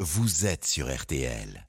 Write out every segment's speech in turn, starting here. vous êtes sur RTL.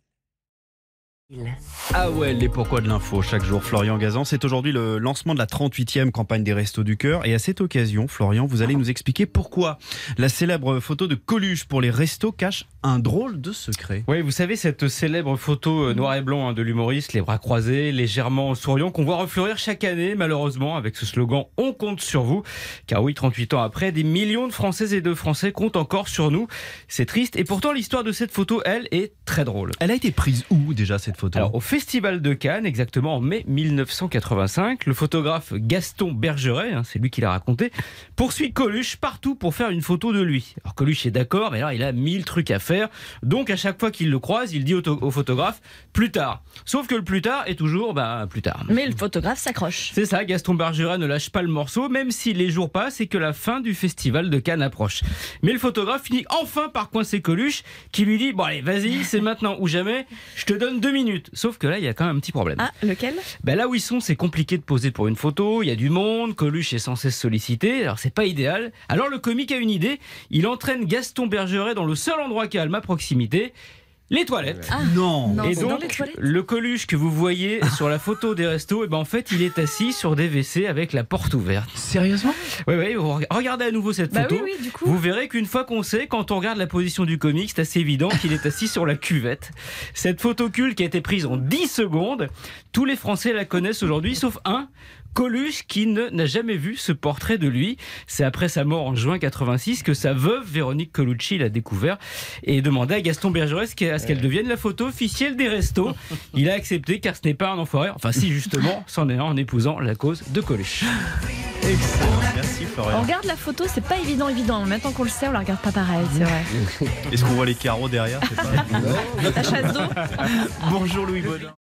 Ah ouais, les pourquoi de l'info chaque jour, Florian Gazan. C'est aujourd'hui le lancement de la 38e campagne des Restos du Cœur. Et à cette occasion, Florian, vous allez nous expliquer pourquoi la célèbre photo de Coluche pour les restos cache un drôle de secret. Oui, vous savez, cette célèbre photo euh, noir et blanc hein, de l'humoriste, les bras croisés, légèrement souriant, qu'on voit refleurir chaque année, malheureusement, avec ce slogan On compte sur vous. Car oui, 38 ans après, des millions de Françaises et de Français comptent encore sur nous. C'est triste. Et pourtant, l'histoire de cette photo, elle, est très drôle. Elle a été prise où déjà cette photo Alors, au Festival de Cannes, exactement en mai 1985, le photographe Gaston Bergeret, hein, c'est lui qui l'a raconté, poursuit Coluche partout pour faire une photo de lui. Alors, Coluche est d'accord, mais alors il a mille trucs à faire. Donc, à chaque fois qu'il le croise, il dit au, au photographe plus tard. Sauf que le plus tard est toujours bah, plus tard. Mais le photographe s'accroche. C'est ça, Gaston Bergeret ne lâche pas le morceau, même si les jours passent et que la fin du festival de Cannes approche. Mais le photographe finit enfin par coincer Coluche, qui lui dit Bon, allez, vas-y, c'est maintenant ou jamais, je te donne deux minutes. Sauf que là, il y a quand même un petit problème. Ah, lequel Ben, là où ils sont, c'est compliqué de poser pour une photo, il y a du monde, Coluche est sans cesse sollicité, alors c'est pas idéal. Alors le comique a une idée il entraîne Gaston Bergeret dans le seul endroit calme à proximité les toilettes. Ah, Non. non, Et c'est dans donc, les toilettes. le coluche que vous voyez sur la photo des restos, eh ben en fait, il est assis sur des WC avec la porte ouverte. Sérieusement Oui, oui, vous reg- regardez à nouveau cette Bah photo. oui, oui, du coup. Vous verrez qu'une fois qu'on sait, quand on regarde la position du comique, c'est assez évident qu'il est assis sur la cuvette. Cette photo culte qui a été prise en 10 secondes, tous les Français la connaissent aujourd'hui, sauf un. Coluche qui ne- n'a jamais vu ce portrait de lui. C'est après sa mort en juin 86 que sa veuve Véronique Colucci l'a découvert et demandé à Gaston Bergeret ce qu'elle- à ce qu'elle devienne la photo officielle des restos. Il a accepté car ce n'est pas un enfoiré. Enfin si justement, c'en est un en épousant la cause de Coluche. Merci On Florian. regarde la photo, c'est pas évident, évident. Maintenant qu'on le sait, on la regarde pas pareil, c'est vrai. Est-ce qu'on voit les carreaux derrière C'est pas- La chasse d'eau. Bonjour Louis Baudin.